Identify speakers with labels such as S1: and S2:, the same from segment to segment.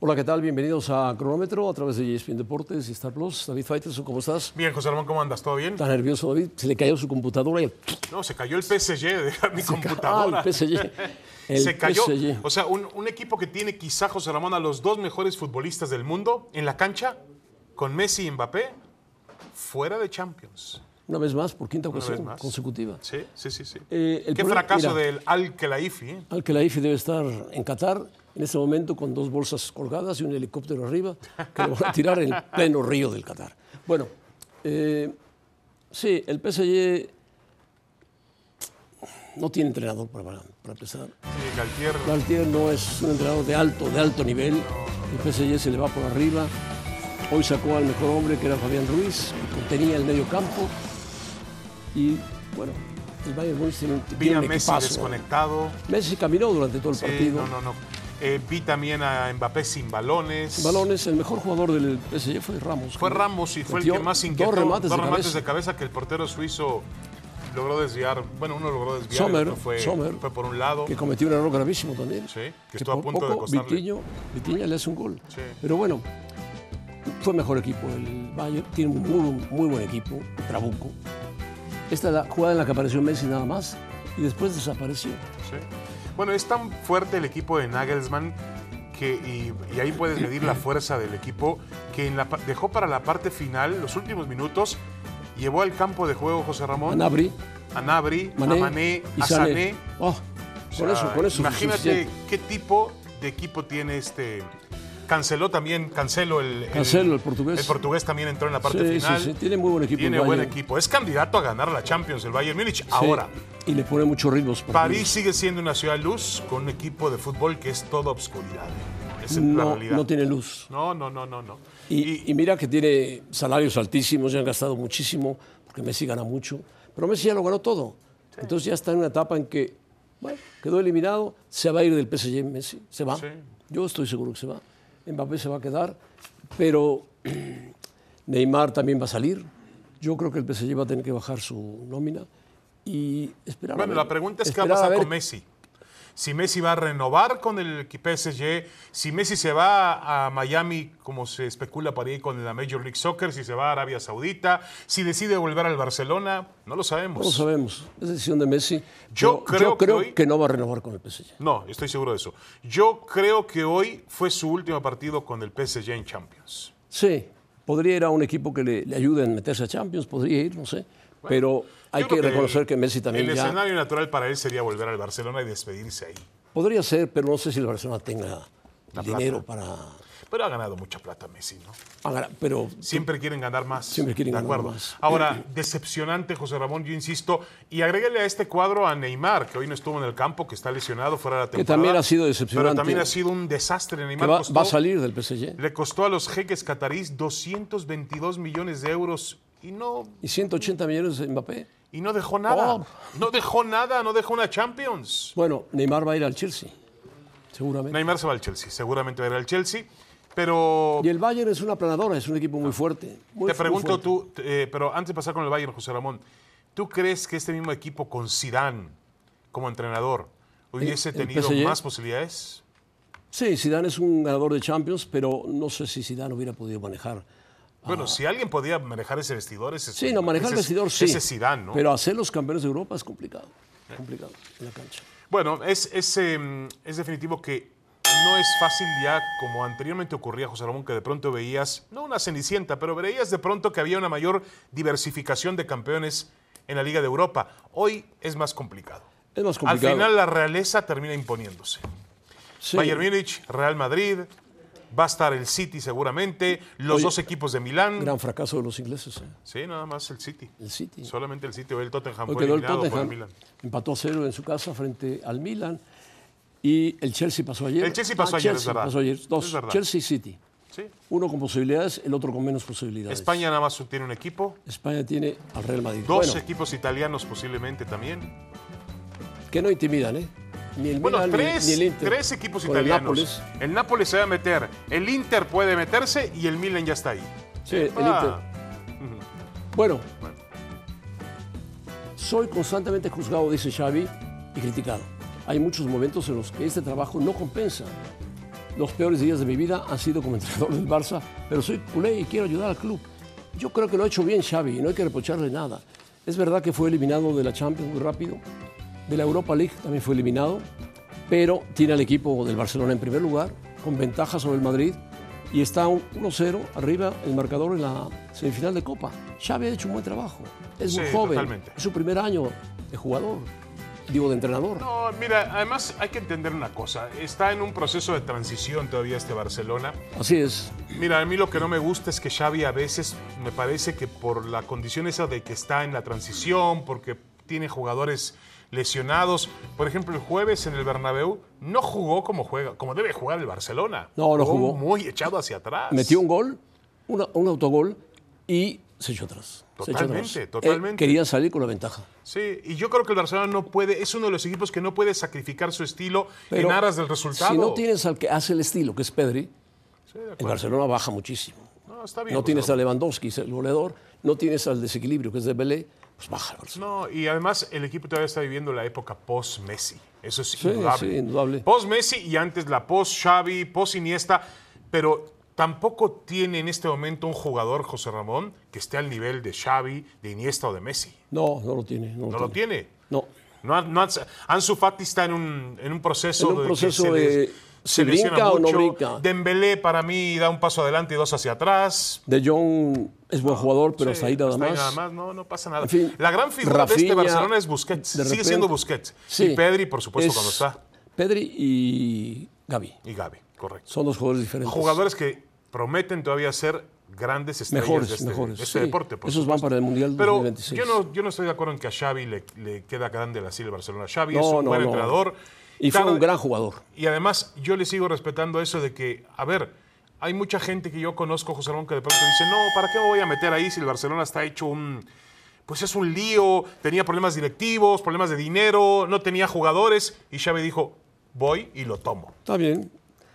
S1: Hola, ¿qué tal? Bienvenidos a Cronómetro a través de E ESPN Deportes y Star Plus. David Faitelson, ¿cómo estás?
S2: Bien, José Ramón, ¿cómo andas? ¿Todo bien?
S1: Está nervioso, David. Se le cayó su computadora y el...
S2: No, se cayó el PSG de mi computadora.
S1: Ah, el PSG. El
S2: se cayó.
S1: PSG.
S2: O sea, un, un equipo que tiene quizá, José Ramón, a los dos mejores futbolistas del mundo en la cancha, con Messi y Mbappé, fuera de Champions.
S1: Una vez más, por quinta
S2: Una vez
S1: ocasión
S2: más.
S1: consecutiva.
S2: Sí, sí, sí. sí.
S1: Eh, el
S2: Qué
S1: problema-
S2: fracaso
S1: mira.
S2: del Al-Khelaifi. ¿eh?
S1: Al que la IFI debe estar en Qatar en este momento con dos bolsas colgadas y un helicóptero arriba que lo van a tirar en pleno río del Qatar. Bueno, eh, sí, el PSG no tiene entrenador para, para empezar.
S2: Sí, Galtier.
S1: Galtier no es un entrenador de alto, de alto nivel. El PSG se le va por arriba. Hoy sacó al mejor hombre que era Fabián Ruiz, que contenía el medio campo. Y bueno, el Bayern Múnich tiene, un-
S2: Vi
S1: tiene
S2: a
S1: un
S2: Messi
S1: equipazo.
S2: desconectado.
S1: Messi caminó durante todo el
S2: Sí,
S1: partido.
S2: no, no, no. Eh, vi también a Mbappé sin balones.
S1: Balones, el mejor jugador del PSG fue Ramos.
S2: Fue Ramos y fue el
S1: Metió
S2: que más
S1: dos
S2: inquietó.
S1: remates de cabeza.
S2: que el portero suizo logró desviar. Bueno, uno logró desviar,
S1: Sommer,
S2: el otro fue,
S1: Sommer.
S2: fue por un lado.
S1: Que cometió un error gravísimo también.
S2: Sí, que
S1: Que
S2: estuvo a
S1: por
S2: punto de
S1: poco
S2: costarle.
S1: Vitinho, Vitinha le hace un gol.
S2: Sí.
S1: Pero bueno, fue mejor equipo el Bayern. Tiene un muy, muy buen equipo, Trabuco. Esta es la jugada en la que apareció Messi nada más y después desapareció.
S2: Sí. Bueno, es tan fuerte el equipo de Nagelsmann que, y, y ahí puedes medir la fuerza del equipo que en la pa- dejó para la parte final, los últimos minutos, llevó al campo de juego José Ramón,
S1: Anabri,
S2: a Nabri,
S1: Mané,
S2: a Mané,
S1: y
S2: a
S1: Sané.
S2: Sané.
S1: Oh,
S2: O
S1: con
S2: sea,
S1: eso, con eso. es
S2: Imagínate
S1: suficiente.
S2: qué tipo de equipo tiene este. Canceló también, Cancelo el, el-
S1: Cancelo, el portugués.
S2: El portugués también entró en la parte
S1: Sí, sí,
S2: final.
S1: sí, tiene muy buen equipo
S2: Tiene
S1: el
S2: buen
S1: Bayern.
S2: equipo. Es candidato a ganar la Champions el Bayern Múnich.
S1: Sí,
S2: Ahora,
S1: Y le pone muchos ritmos. por
S2: París sigue siendo una ciudad luz con un equipo de fútbol que es toda obscuridad. Esa
S1: ejemplo.
S2: es la
S1: No,
S2: realidad.
S1: no tiene luz.
S2: no, no, no, no. no.
S1: Y, y mira que tiene salarios altísimos, ya han gastado muchísimo, porque Messi gana mucho. Pero Messi ya lo ganó todo. Entonces ya está en una etapa en que, bueno, quedó eliminado, se va a ir del PSG Messi, se va.
S2: Sí.
S1: Yo estoy seguro que se va. Mbappé se va a quedar, pero Neymar también va a salir. Yo creo que el PSG va a tener que bajar su nómina y esperar. a
S2: Bueno,
S1: ver-
S2: la pregunta es qué va a
S1: esperar
S2: pasar
S1: ver
S2: con Messi. Si Messi va a renovar con el PSG, si Messi se va a Miami, como se especula para ir con la Major League Soccer, si se va a Arabia Saudita, si decide volver al Barcelona, no lo
S1: No lo
S2: sabemos.
S1: sabemos, es decisión de Messi.
S2: Yo
S1: pero
S2: creo que
S1: creo
S2: hoy-
S1: que no va a renovar con el PSG.
S2: No, estoy seguro de eso. Yo creo que hoy fue su último partido con el PSG en Champions.
S1: Sí, podría ir a un equipo que le, le ayude a meterse a Champions, podría ir, no sé. pero hay
S2: Yo
S1: que
S2: creo
S1: reconocer
S2: el-
S1: que Messi también
S2: El
S1: ya
S2: escenario natural para él sería volver al Barcelona y despedirse ahí.
S1: podría ser, pero no sé si el Barcelona tenga el
S2: plata.
S1: dinero para
S2: Pero ha ganado mucha plata Messi, ¿no?
S1: pagar. Pero
S2: Siempre quieren ganar más.
S1: Siempre quieren
S2: de
S1: ganar
S2: acuerdo.
S1: más. Eh,
S2: Ahora, decepcionante, José Ramón, yo insisto. Y agrégale a este cuadro a Neymar, que hoy no estuvo en el campo, que está lesionado fuera de la temporada.
S1: también ha sido decepcionante.
S2: Pero también ha sido un desastre.
S1: que
S2: Neymar
S1: va,
S2: costó-
S1: va a salir del PSG.
S2: le costó a los jeques catarís 222 millones de euros y no,
S1: Y 180 millones de Mbappé.
S2: y no dejó nada.
S1: Oh.
S2: No dejó nada, no dejó una Champions.
S1: Bueno, Neymar va a ir al Chelsea, seguramente.
S2: Neymar se va al Chelsea, seguramente va a ir al Chelsea. Pero
S1: Y el Bayern es una planadora, es un equipo muy fuerte. muy- muy
S2: Te pregunto
S1: fuerte.
S2: tú, t- eh, pero antes de pasar con el Bayern, José Ramón, ¿tú crees que este mismo equipo con Zidane como entrenador hubiese
S1: el
S2: tenido
S1: PSG?
S2: más posibilidades?
S1: Sí, Zidane es un ganador de Champions, pero no sé si Zidane hubiera podido manejar.
S2: Bueno, si alguien podía manejar ese vestidor, ese
S1: Ah. Sí, no, manejar el
S2: ese-
S1: vestidor sí.
S2: Ese Zidane, ¿no? Eh.
S1: Pero hacer los campeones de Europa es complicado. Complicado en la cancha.
S2: Bueno, es, es, em, es definitivo que no es fácil ya, como anteriormente ocurría, José Ramón, que de pronto veías, no una cenicienta, pero veías de pronto que había una mayor diversificación de campeones en la Liga de Europa. Hoy es más complicado.
S1: Es más complicado.
S2: Al final la realeza termina imponiéndose.
S1: Sí.
S2: Bayern Múnich, Real Madrid, va a estar el City seguramente, los
S1: Oye,
S2: dos equipos de Milán.
S1: Gran fracaso de los ingleses, ¿eh?
S2: Sí, nada más el City.
S1: el City.
S2: Solamente el City, hoy el Tottenham
S1: Hoy
S2: fue
S1: quedó el
S2: eliminado por el
S1: Tottenham,
S2: Milan.
S1: empató a cero en su casa frente al Milan. Y el Chelsea pasó ayer.
S2: El Chelsea pasó
S1: Ah,
S2: ayer, es
S1: Chelsea
S2: verdad.
S1: pasó ayer. Dos,
S2: Es verdad.
S1: Chelsea y City.
S2: Sí.
S1: Uno con posibilidades, el otro con menos posibilidades.
S2: España nada más tiene un equipo,
S1: España tiene al Real Madrid.
S2: dos
S1: Bueno,
S2: equipos italianos posiblemente también.
S1: que no intimidan, ¿eh? Ni el
S2: Bueno,
S1: Milan ni-
S2: tres,
S1: ni, el Inter.
S2: tres equipos
S1: Con
S2: italianos.
S1: El Nápoles.
S2: El Nápoles se va a meter, el Inter puede meterse y el Milan ya está ahí.
S1: Sí, el
S2: Ah,
S1: Inter. Bueno, soy constantemente juzgado, dice Xavi, y criticado. Hay muchos momentos en los que este trabajo no compensa. Los peores días de mi vida han sido como entrenador del Barça, pero soy culé y quiero ayudar al club. Yo creo que lo ha hecho bien Xavi y no hay que reprocharle nada. Es verdad que fue eliminado de la Champions muy rápido, de la Europa League también fue eliminado, pero tiene al equipo del Barcelona en primer lugar, con ventaja sobre el Madrid, y está 1-0 arriba el marcador en la semifinal de Copa. Xavi ha hecho un buen trabajo, es muy
S2: Sí,
S1: joven,
S2: totalmente.
S1: es su primer año de jugador, digo de entrenador.
S2: No, mira, además hay que entender una cosa. Está en un proceso de transición todavía este Barcelona.
S1: Así es,
S2: Mira, a mí lo que no me gusta es que Xavi a veces me parece que por la condición esa de que está en la transición, porque tiene jugadores lesionados. Por ejemplo, el jueves en el Bernabéu no jugó como juega, como debe jugar el Barcelona.
S1: No, no jugó.
S2: Muy echado hacia atrás.
S1: metió un gol, una- un autogol y se echó atrás. se echó atrás.
S2: Totalmente, totalmente.
S1: quería salir con la ventaja.
S2: Sí, y yo creo que el Barcelona no puede, es uno de los equipos que no puede sacrificar su estilo
S1: Pero
S2: en aras del resultado.
S1: Si no tienes al que hace el estilo, que es Pedri,
S2: Sí, de
S1: el
S2: acuerdo.
S1: Barcelona baja muchísimo.
S2: no, está bien,
S1: No
S2: José
S1: tienes a Lewandowski, es el goleador, no tienes al desequilibrio, que es de Belé, pues baja el Barcelona.
S2: No, y además el equipo todavía está viviendo la época post-Messi. Eso es
S1: Sí,
S2: indudable.
S1: sí, indudable.
S2: Post-Messi y antes la post-Xavi, post-Iniesta, pero tampoco tiene en este momento un jugador, José Ramón, que esté al nivel de Xavi, de Iniesta o de Messi.
S1: No, no lo tiene. No,
S2: No lo tiene.
S1: No.
S2: No, han- no han- Ansu Fati está en un, en un proceso
S1: En un
S2: de que
S1: proceso
S2: se les-
S1: de-
S2: se
S1: si
S2: lesiona
S1: brinca o no
S2: mucho.
S1: brinca.
S2: Dembélé para mí da un paso adelante y dos hacia atrás.
S1: De Jong es buen jugador, pero
S2: Ah, Sí,
S1: hasta ahí nada
S2: hasta
S1: más.
S2: No, no pasa nada.
S1: En fin,
S2: la gran figura de este
S1: Rafinha,
S2: Barcelona es Busquets.
S1: de
S2: Sigue
S1: repente-
S2: siendo Busquets.
S1: Sí.
S2: y Pedri, por supuesto,
S1: Es
S2: cuando está.
S1: Pedri y Gaby.
S2: Y Gaby, correcto.
S1: Son dos jugadores diferentes.
S2: Jugadores que prometen todavía ser grandes estrellas
S1: mejores,
S2: de este,
S1: mejores.
S2: de este
S1: sí.
S2: deporte. por
S1: Esos
S2: supuesto.
S1: van para el Mundial
S2: Pero
S1: 2026.
S2: yo no, yo no estoy de acuerdo en que a Xavi le, le queda grande la silla del Barcelona. Xavi es
S1: No,
S2: un
S1: no,
S2: buen
S1: no.
S2: entrenador.
S1: Y
S2: Claro,
S1: fue un gran jugador.
S2: Y además, yo le sigo respetando eso de que, a ver, hay mucha gente que yo conozco, José Ramón, que de pronto dice, no, ¿para qué me voy a meter ahí si el Barcelona está hecho un... Pues es un lío, tenía problemas directivos, problemas de dinero, no tenía jugadores. Y Xavi dijo, voy y lo tomo.
S1: Está bien.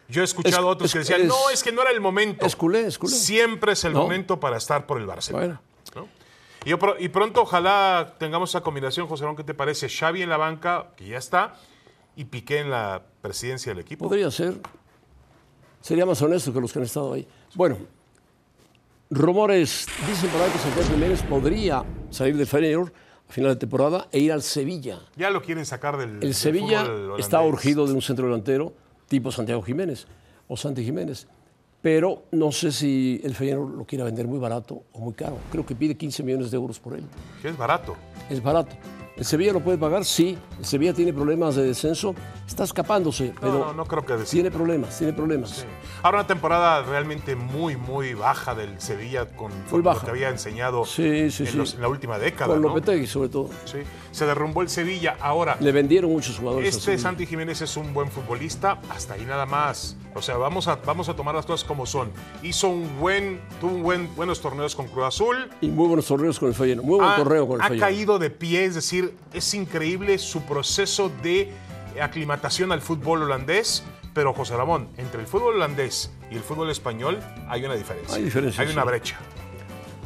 S2: Yo he escuchado a otros
S1: es-
S2: que decían,
S1: es-
S2: no, es que no era el momento.
S1: Es culé, es culé.
S2: Siempre es el
S1: No.
S2: momento para estar por el Barcelona.
S1: Bueno.
S2: ¿no? Y, yo pro- y pronto ojalá tengamos esa combinación, José Ramón, ¿qué te parece? Xavi en la banca, que ya está, y Piqué en la presidencia del equipo.
S1: Podría ser. Sería más honesto que los que han estado ahí. Bueno, rumores dicen por ahí que Santiago Jiménez podría salir del Feyenoord a final de temporada e ir al Sevilla.
S2: Ya lo quieren sacar del
S1: El
S2: del
S1: Sevilla
S2: fútbol holandés.
S1: está urgido de un centro delantero tipo Santiago Jiménez o Santi Jiménez. Pero no sé si el Feyenoord lo quiera vender muy barato o muy caro. Creo que pide 15 millones de euros por él.
S2: Que es barato.
S1: Es barato. ¿El Sevilla lo puede pagar? Sí. El Sevilla tiene problemas de descenso. Está escapándose,
S2: No,
S1: pero
S2: no, no creo que decir.
S1: tiene problemas, tiene problemas.
S2: Ahora una temporada realmente muy, muy baja del Sevilla con, con lo
S1: baja.
S2: que había enseñado
S1: Sí, sí,
S2: en,
S1: sí.
S2: los- en la última década.
S1: Con
S2: ¿no?
S1: Lopetegui, sobre todo.
S2: Sí. Se derrumbó el Sevilla. Ahora,
S1: Le vendieron muchos jugadores.
S2: Este
S1: a Sevilla.
S2: Santi Jiménez es un buen futbolista, hasta ahí nada más. O sea, vamos a, vamos a tomar las cosas como son. Hizo un buen, tuvo un buen, buenos torneos con Cruz Azul.
S1: Y muy buenos torneos con el Feyenoord. Muy buen
S2: Ha,
S1: torneo con el
S2: Ah, ha
S1: Feyenoord.
S2: caído de pie, es decir, es increíble su proceso de aclimatación al fútbol holandés. Pero José Ramón, entre el fútbol holandés y el fútbol español hay una diferencia.
S1: Hay diferencia,
S2: Hay una
S1: sí.
S2: brecha.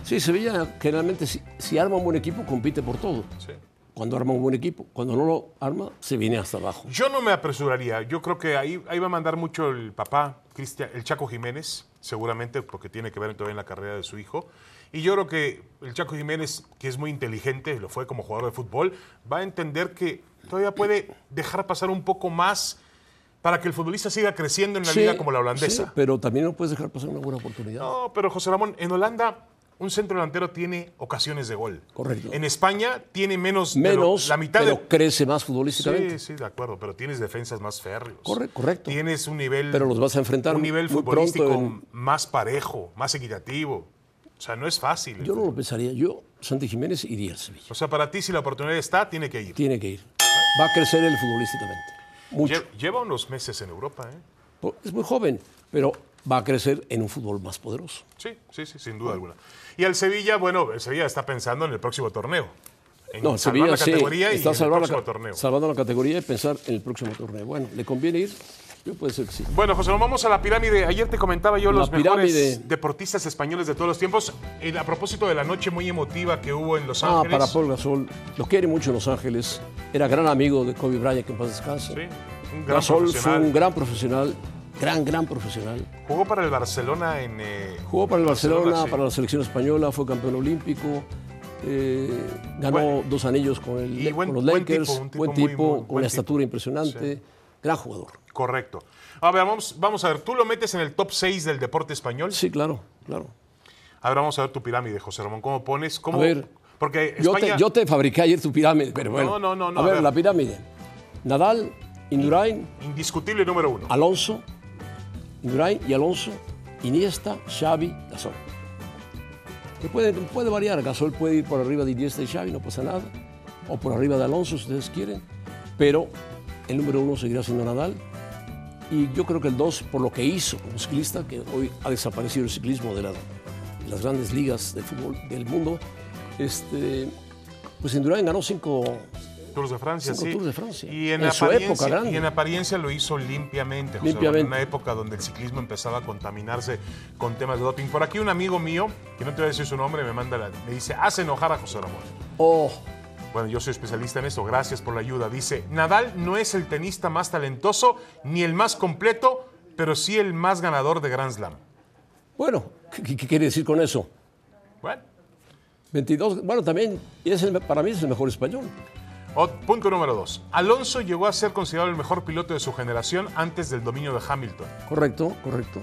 S1: Sí, Sevilla generalmente si, si arma un buen equipo compite por todo.
S2: Sí.
S1: Cuando arma un buen equipo, cuando no lo arma, se viene hasta abajo.
S2: Yo no me apresuraría. Yo creo que ahí, ahí va a mandar mucho el papá, Cristian, el Chaco Jiménez, seguramente, porque tiene que ver todavía en la carrera de su hijo. Y yo creo que el Chaco Jiménez, que es muy inteligente, lo fue como jugador de fútbol, va a entender que todavía puede dejar pasar un poco más para que el futbolista siga creciendo en la liga como la holandesa.
S1: sí, pero también no puedes dejar pasar una buena oportunidad.
S2: No, pero José Ramón, en Holanda un centro delantero tiene ocasiones de gol.
S1: Correcto.
S2: En España tiene menos, de lo-
S1: Menos,
S2: la mitad
S1: pero
S2: de
S1: crece más futbolísticamente.
S2: Sí, sí, de acuerdo, pero tienes defensas más férreos.
S1: Corre- correcto.
S2: Tienes un nivel,
S1: Pero los vas a enfrentar
S2: un nivel
S1: muy pronto
S2: futbolístico
S1: en-
S2: más parejo, más equitativo. O sea, no es fácil.
S1: Yo no lo pensaría. Yo, Santi Jiménez, iría al Sevilla.
S2: O sea, para ti, si la oportunidad está, tiene que ir.
S1: Tiene que ir. Va a crecer él futbolísticamente. Mucho.
S2: Lle- Lleva unos meses en Europa, ¿eh?
S1: Por- Es muy joven, pero va a crecer en un fútbol más poderoso.
S2: Sí, sí, sí, sin duda alguna. Y al Sevilla, bueno, el Sevilla está pensando en el próximo torneo. En
S1: No,
S2: salvar
S1: Sevilla
S2: la categoría
S1: sí,
S2: y
S1: está
S2: en el
S1: salvando,
S2: próximo
S1: la, ca-
S2: torneo.
S1: salvando la categoría y pensar en el próximo torneo. Bueno, ¿le conviene ir? Yo puede ser que sí.
S2: Bueno, José, nos vamos a la pirámide. Ayer te comentaba yo
S1: La
S2: los
S1: pirámide.
S2: mejores deportistas españoles de todos los tiempos. Eh, A propósito de la noche muy emotiva que hubo en Los
S1: Ah,
S2: Ángeles.
S1: para Paul Gasol. Lo quiere mucho en Los Ángeles. Era gran amigo de Kobe Bryant, que en paz descanse.
S2: Sí, un gran
S1: Gasol fue
S2: profesional.
S1: un gran profesional, gran, gran profesional.
S2: Jugó para el Barcelona en. eh,
S1: Jugó para el Barcelona,
S2: sí.
S1: para la selección española, fue campeón olímpico, eh, ganó
S2: Bueno,
S1: dos anillos con, el-
S2: y buen-
S1: con los
S2: buen
S1: Lakers,
S2: tipo, un tipo muy, muy
S1: con
S2: buen
S1: una
S2: tipo.
S1: estatura impresionante, gran jugador.
S2: Correcto. A ver, vamos, vamos a ver, tú lo metes en el top 6 del deporte español.
S1: Sí, claro, claro.
S2: A ver, vamos a ver tu pirámide, José Ramón. ¿Cómo pones? ¿Cómo?
S1: A ver,
S2: Porque
S1: Yo te,
S2: España-
S1: yo te fabriqué ayer tu pirámide, pero bueno.
S2: No, no, no, no,
S1: a
S2: a
S1: ver,
S2: ver.
S1: la pirámide. Nadal, Indurain,
S2: Indiscutible número uno.
S1: Alonso, Indurain y Alonso, Iniesta, Xavi, Gasol. Que puede, puede variar, Gasol puede ir por arriba de Iniesta y Xavi, no pasa nada, o por arriba de Alonso si ustedes quieren, pero el número uno seguirá siendo Nadal. Y yo creo que el dos, por lo que hizo como ciclista, que hoy ha desaparecido el ciclismo de, la- de las grandes ligas de fútbol del mundo, este, pues Indurain ganó cinco,
S2: Tours de Francia,
S1: Cinco
S2: sí.
S1: Tours de Francia.
S2: Y en,
S1: En su
S2: apariencia,
S1: época grande.
S2: y en apariencia lo hizo limpiamente, José
S1: Limpiamente.
S2: Ramón, En una época donde el ciclismo empezaba a contaminarse con temas de doping. Por aquí un amigo mío, que no te voy a decir su nombre, me manda la- me dice, haz enojar a José Ramón.
S1: o
S2: Bueno, yo soy especialista en eso, gracias por la ayuda. Dice, Nadal no es el tenista más talentoso ni el más completo, pero sí el más ganador de Grand Slam.
S1: Bueno, ¿qué- ¿qué, qué quiere decir con eso?
S2: Bueno,
S1: 22, bueno, también es el- para mí es el mejor español.
S2: o- punto número dos. Alonso llegó a ser considerado el mejor piloto de su generación antes del dominio de Hamilton.
S1: Correcto, correcto.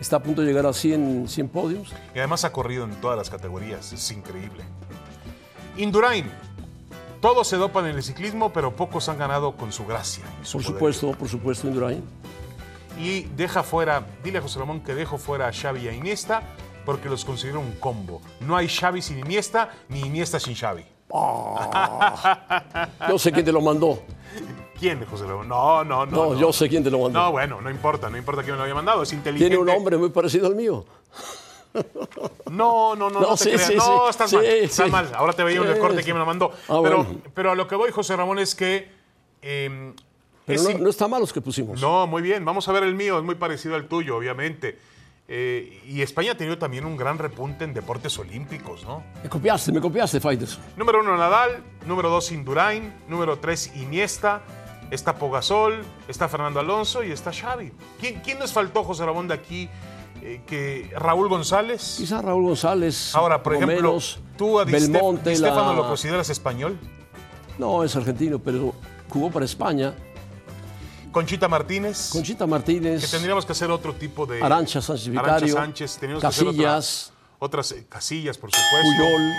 S1: Está a punto de llegar a 100, 100 podios.
S2: Y además ha corrido en todas las categorías, es increíble. Indurain. Todos se dopan en el ciclismo, pero pocos han ganado con su gracia. y su
S1: Por
S2: poderío.
S1: supuesto, por supuesto, Indurain.
S2: Y deja fuera, dile a José Ramón que dejo fuera a Xavi y a Iniesta porque los considero un combo. No hay Xavi sin Iniesta, ni Iniesta sin Xavi. Ah,
S1: Yo sé quién te lo mandó.
S2: ¿Quién, José Ramón? No, no, no.
S1: No, yo sé quién te lo mandó.
S2: No, bueno, no importa, no importa quién me lo haya mandado, es inteligente.
S1: Tiene un hombre muy parecido al mío.
S2: No, no, no, no,
S1: No,
S2: te
S1: sí,
S2: creas.
S1: sí,
S2: no
S1: sí.
S2: estás
S1: Sí,
S2: mal. Estás
S1: sí.
S2: mal. Ahora te veía en el
S1: Sí,
S2: corte
S1: sí.
S2: que me lo mandó.
S1: Ah,
S2: pero,
S1: bueno.
S2: pero a lo que voy, José Ramón, es que. eh,
S1: Pero
S2: es
S1: no,
S2: in-
S1: no está mal los que pusimos.
S2: no, muy bien. Vamos a ver el mío, es muy parecido al tuyo, obviamente. Eh, y España ha tenido también un gran repunte en deportes olímpicos, ¿no?
S1: Me copiaste, me copiaste, Fighters.
S2: Número uno, Nadal. Número dos, Indurain. Número tres, Iniesta. Está Pogasol, está Fernando Alonso y está Xavi. ¿Quién, quién nos faltó, José Ramón, de aquí? Eh, que Raúl González.
S1: Quizás Raúl González.
S2: Ahora, por
S1: Romero,
S2: ejemplo, tú a Di, Stef-
S1: Belmonte,
S2: Di Stefano
S1: la-
S2: lo consideras español.
S1: No, es argentino, pero jugó para España.
S2: Conchita Martínez.
S1: Conchita Martínez.
S2: que tendríamos que hacer otro tipo de.
S1: Arantxa Sánchez Vicario,
S2: Arantxa Sánchez. Teníamos que hacer
S1: Casillas.
S2: otra- otras eh, casillas, por supuesto.
S1: Puyol,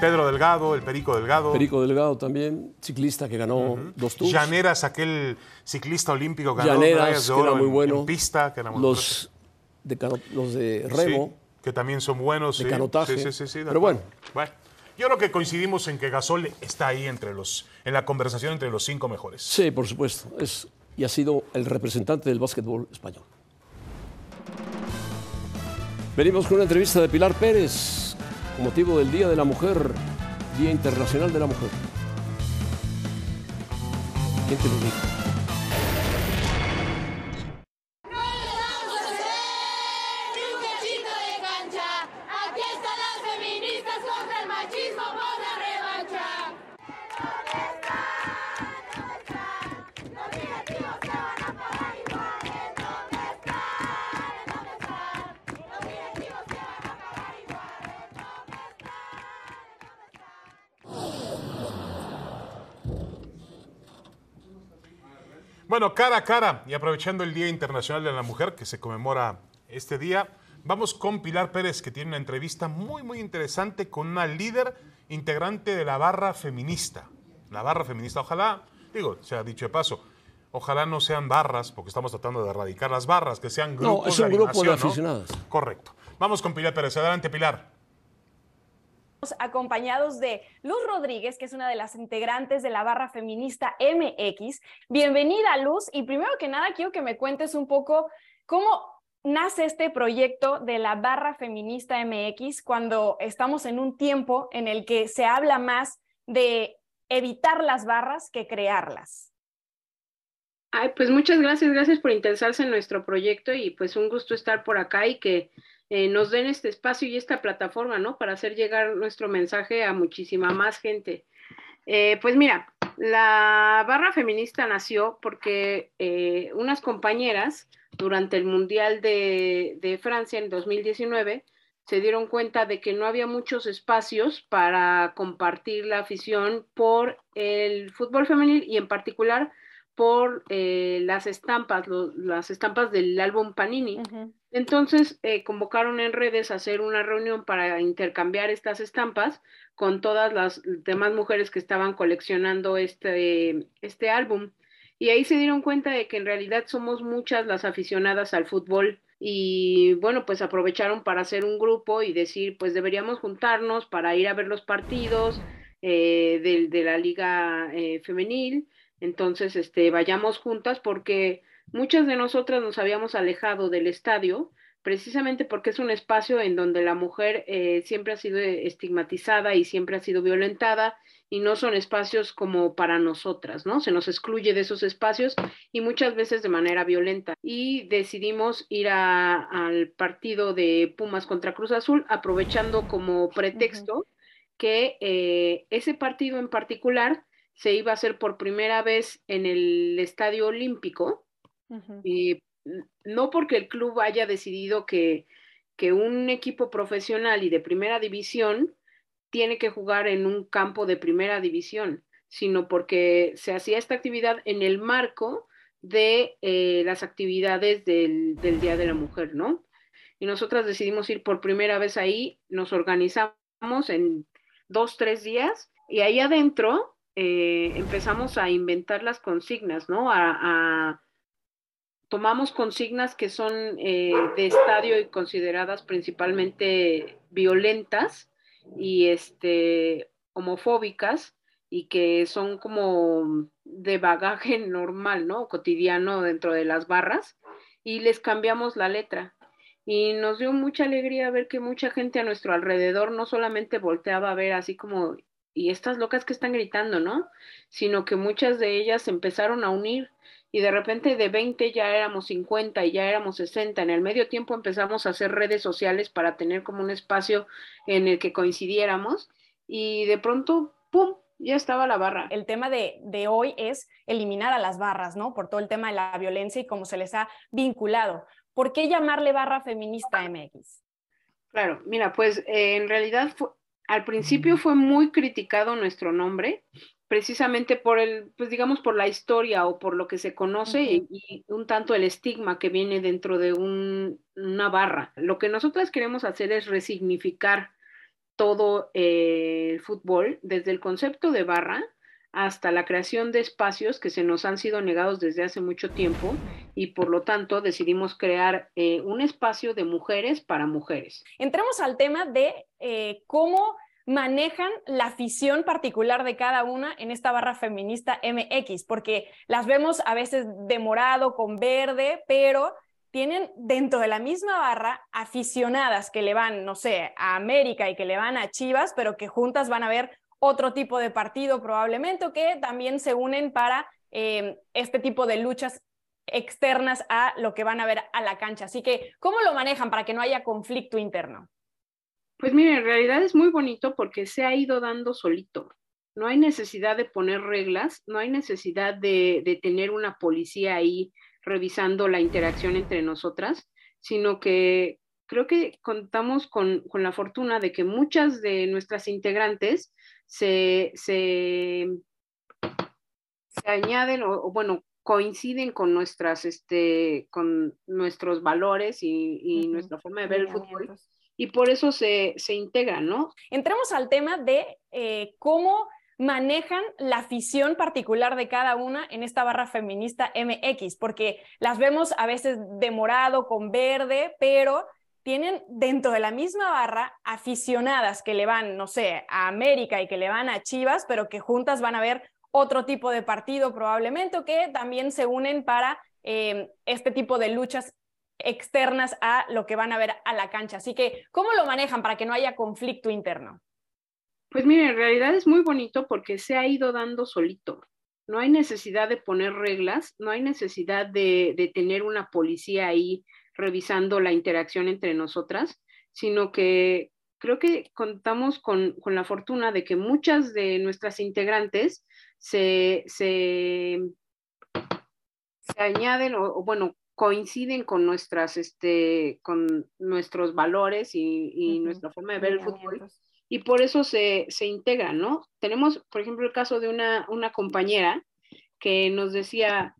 S2: Pedro Delgado, el Perico Delgado.
S1: Perico Delgado también, ciclista que ganó dos tours.
S2: Llaneras, aquel ciclista olímpico ganó medallas
S1: Llaneras,
S2: de
S1: que
S2: oro
S1: era muy
S2: en-
S1: bueno.
S2: en pista, que era muy
S1: los, de, cano- los de
S2: bueno. Sí,
S1: remo.
S2: que también son buenos.
S1: De
S2: sí.
S1: canotaje.
S2: Sí, sí, sí, sí, de
S1: Pero
S2: acuerdo.
S1: bueno.
S2: Bueno, yo creo que coincidimos en que Gasol está ahí entre los, en la conversación entre los cinco mejores.
S1: Sí, por supuesto. Es, y ha sido el representante del básquetbol español. Venimos con una entrevista de Pilar Pérez con motivo del Día de la Mujer, Día Internacional de la Mujer. ¿Quién te lo dijo?
S3: vamos a hacer ni un cachito de cancha. Aquí están las feministas contra el machismo por la revancha. ¿Dónde están? ¿Dónde están? Los negativos se van a pagar iguales. ¿Dónde están? ¿Dónde están? Los negativos se van a pagar iguales. ¿Dónde están? ¿Dónde están?
S2: Bueno, cara a cara, y aprovechando el Día Internacional de la Mujer que se conmemora este día, vamos con Pilar Pérez, que tiene una entrevista muy, muy interesante con una líder integrante de la barra feminista. La barra feminista, ojalá, digo, se ha dicho de paso, ojalá no sean barras, porque estamos tratando de erradicar las barras, que sean grupos
S1: es un
S2: de
S1: grupo de
S2: animación, ¿no?
S1: aficionados.
S2: Correcto. Vamos con Pilar Pérez. Adelante, Pilar.
S4: Estamos acompañados de Luz Rodríguez, que es una de las integrantes de la barra feminista MX. Bienvenida, Luz. Y primero que nada, quiero que me cuentes un poco cómo nace este proyecto de la barra feminista MX cuando estamos en un tiempo en el que se habla más de evitar las barras que crearlas.
S5: Ay, pues muchas gracias, gracias por interesarse en nuestro proyecto y pues un gusto estar por acá y que eh, nos den este espacio y esta plataforma, ¿no? Para hacer llegar nuestro mensaje a muchísima más gente. Eh, pues mira, la barra feminista nació porque eh, unas compañeras durante el Mundial de, de Francia en 2019, se dieron cuenta de que no había muchos espacios para compartir la afición por el fútbol femenil y en particular por eh, las estampas, lo- las estampas del álbum Panini.
S4: Ujú.
S5: Entonces eh, convocaron en redes a hacer una reunión para intercambiar estas estampas con todas las demás mujeres que estaban coleccionando este, este álbum. Y ahí se dieron cuenta de que en realidad somos muchas las aficionadas al fútbol y bueno, pues aprovecharon para hacer un grupo y decir, pues deberíamos juntarnos para ir a ver los partidos eh, del- de, la liga eh, femenil. Entonces, este, vayamos juntas porque muchas de nosotras nos habíamos alejado del estadio precisamente porque es un espacio en donde la mujer eh, siempre ha sido estigmatizada y siempre ha sido violentada y no son espacios como para nosotras, ¿no? Se nos excluye de esos espacios y muchas veces de manera violenta. Y decidimos ir a- al partido de Pumas contra Cruz Azul aprovechando como pretexto que eh, ese partido en particular se iba a hacer por primera vez en el Estadio Olímpico,
S4: Ujú.
S5: eh, n- no porque el club haya decidido que, que un equipo profesional y de primera división tiene que jugar en un campo de primera división, sino porque se hacía esta actividad en el marco de eh, las actividades del, del Día de la Mujer, ¿no? Y nosotras decidimos ir por primera vez ahí, nos organizamos en dos, tres días y ahí adentro eh, empezamos a inventar las consignas, ¿no? A- a tomamos consignas que son eh, de estadio y consideradas principalmente violentas y este homofóbicas y que son como de bagaje normal, ¿no? cotidiano dentro de las barras y les cambiamos la letra. Y nos dio mucha alegría ver que mucha gente a nuestro alrededor no solamente volteaba a ver así como y estas locas que están gritando, ¿no? sino que muchas de ellas se empezaron a unir y de repente de 20 ya éramos 50 y ya éramos 60. En el medio tiempo empezamos a hacer redes sociales para tener como un espacio en el que coincidiéramos y de pronto, ¡pum!, ya estaba la barra.
S4: El tema de, de hoy es eliminar a las barras, ¿no? Por todo el tema de la violencia y cómo se les ha vinculado. ¿Por qué llamarle barra feminista MX?
S5: Claro, mira, pues eh, en realidad fue- al principio fue muy criticado nuestro nombre, precisamente por el, pues digamos, por la historia o por lo que se conoce
S4: Ujú.
S5: y, y un tanto el estigma que viene dentro de un- una barra. Lo que nosotras queremos hacer es resignificar todo eh, el fútbol, desde el concepto de barra hasta la creación de espacios que se nos han sido negados desde hace mucho tiempo y por lo tanto decidimos crear eh, un espacio de mujeres para mujeres.
S4: Entremos al tema de eh, cómo manejan la afición particular de cada una en esta barra feminista MX, porque las vemos a veces de morado con verde, pero tienen dentro de la misma barra aficionadas que le van, no sé, a América y que le van a Chivas, pero que juntas van a ver otro tipo de partido probablemente, o que también se unen para eh, este tipo de luchas externas a lo que van a ver a la cancha. Así que, ¿cómo lo manejan para que no haya conflicto interno?
S5: Pues mira, en realidad es muy bonito porque se ha ido dando solito. No hay necesidad de poner reglas, no hay necesidad de, de tener una policía ahí revisando la interacción entre nosotras, sino que creo que contamos con, con la fortuna de que muchas de nuestras integrantes se, se, se añaden o, o, bueno coinciden con nuestras este con nuestros valores y, y
S4: Ujú,
S5: nuestra forma de ver el fútbol y por eso se, se integran, ¿no?
S4: Entremos al tema de eh, cómo manejan la afición particular de cada una en esta barra feminista MX, porque las vemos a veces de morado con verde, pero tienen dentro de la misma barra aficionadas que le van, no sé, a América y que le van a Chivas, pero que juntas van a ver otro tipo de partido probablemente, o que también se unen para eh, este tipo de luchas externas a lo que van a ver a la cancha. Así que, ¿cómo lo manejan para que no haya conflicto interno?
S5: Pues mira, en realidad es muy bonito porque se ha ido dando solito. No hay necesidad de poner reglas, no hay necesidad de, de tener una policía ahí revisando la interacción entre nosotras, sino que creo que contamos con, con la fortuna de que muchas de nuestras integrantes se, se, se añaden o, o, bueno coinciden con nuestras, este, con nuestros valores y, y
S4: Ujú.
S5: nuestra forma de ver el fútbol y por eso se, se integran, ¿no? Tenemos, por ejemplo, el caso de una, una compañera que nos decía,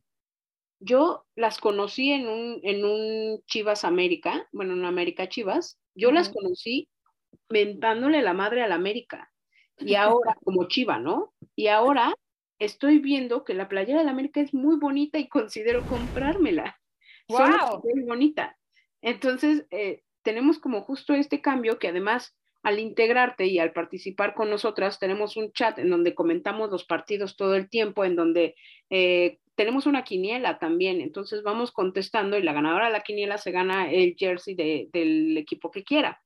S5: yo las conocí en un, en un Chivas América, bueno, en América Chivas, yo las
S4: Ujú.
S5: conocí mentándole la madre a la América, y ahora como Chiva, ¿no? Y ahora estoy viendo que la playera de la América es muy bonita y considero comprármela. Solo
S4: ¡Guau!
S5: porque es bonita. Entonces, eh, tenemos como justo este cambio que además al integrarte y al participar con nosotras, tenemos un chat en donde comentamos los partidos todo el tiempo, en donde eh, tenemos una quiniela también, entonces vamos contestando y la ganadora de la quiniela se gana el jersey de- del equipo que quiera.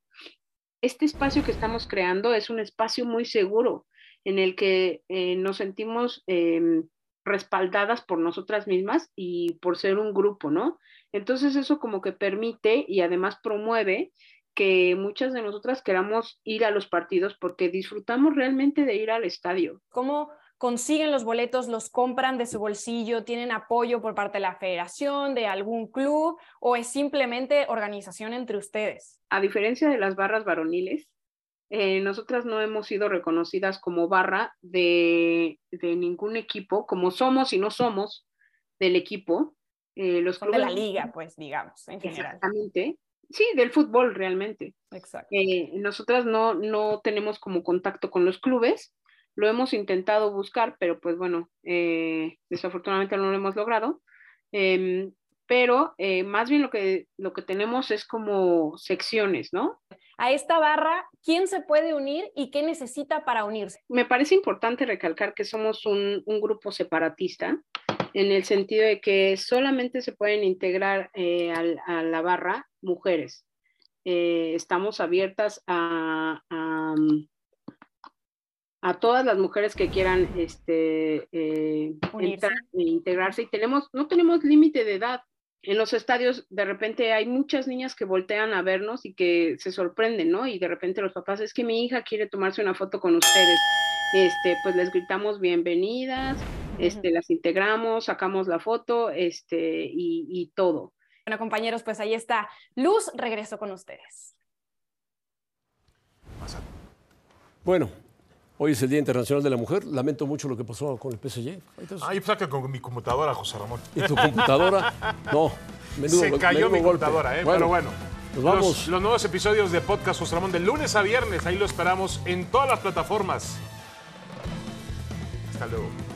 S5: Este espacio que estamos creando es un espacio muy seguro en el que eh, nos sentimos eh, respaldadas por nosotras mismas y por ser un grupo, ¿no? Entonces eso como que permite y además promueve que muchas de nosotras queramos ir a los partidos porque disfrutamos realmente de ir al estadio.
S4: cómo consiguen los boletos, los compran de su bolsillo, tienen apoyo por parte de la federación, de algún club o es simplemente organización entre ustedes.
S5: a diferencia de las barras varoniles, eh, nosotras no hemos sido reconocidas como barra de, de ningún equipo, como somos y no somos del equipo. Eh, los
S4: Son de la
S5: clubes-
S4: liga, pues, digamos, en general.
S5: Exactamente. Sí, del fútbol realmente.
S4: Exacto.
S5: Eh, nosotras no, no tenemos como contacto con los clubes, lo hemos intentado buscar, pero pues bueno, eh, desafortunadamente no lo hemos logrado. Em, pero eh, más bien lo que, lo que tenemos es como secciones, ¿no?
S4: A esta barra, ¿quién se puede unir y qué necesita para unirse?
S5: me parece importante recalcar que somos un, un grupo separatista, en el sentido de que solamente se pueden integrar eh, al- a la barra mujeres. Eh, estamos abiertas a, a, a todas las mujeres que quieran este, eh,
S4: Unirse.
S5: entrar e integrarse y tenemos, no tenemos límite de edad. En los estadios de repente hay muchas niñas que voltean a vernos y que se sorprenden, ¿no? Y de repente los papás, es que mi hija quiere tomarse una foto con ustedes. Este, pues les gritamos bienvenidas, este, las integramos, sacamos la foto, este, y, y todo.
S4: Bueno, compañeros, pues ahí está. Luz, regreso con ustedes.
S1: Bueno, hoy es el Día Internacional de la Mujer. Lamento mucho lo que pasó con el PSG. Entonces,
S2: Ay, saca con mi computadora, José Ramón.
S1: ¿Y tu computadora? No. menudo-
S2: Se
S1: menudo
S2: cayó mi
S1: golpe.
S2: computadora, ¿eh? pero bueno.
S1: Nos
S2: Los-
S1: vamos.
S2: Los, nuevos episodios de Podcast José Ramón de lunes a viernes, ahí lo esperamos en todas las plataformas. Hasta luego.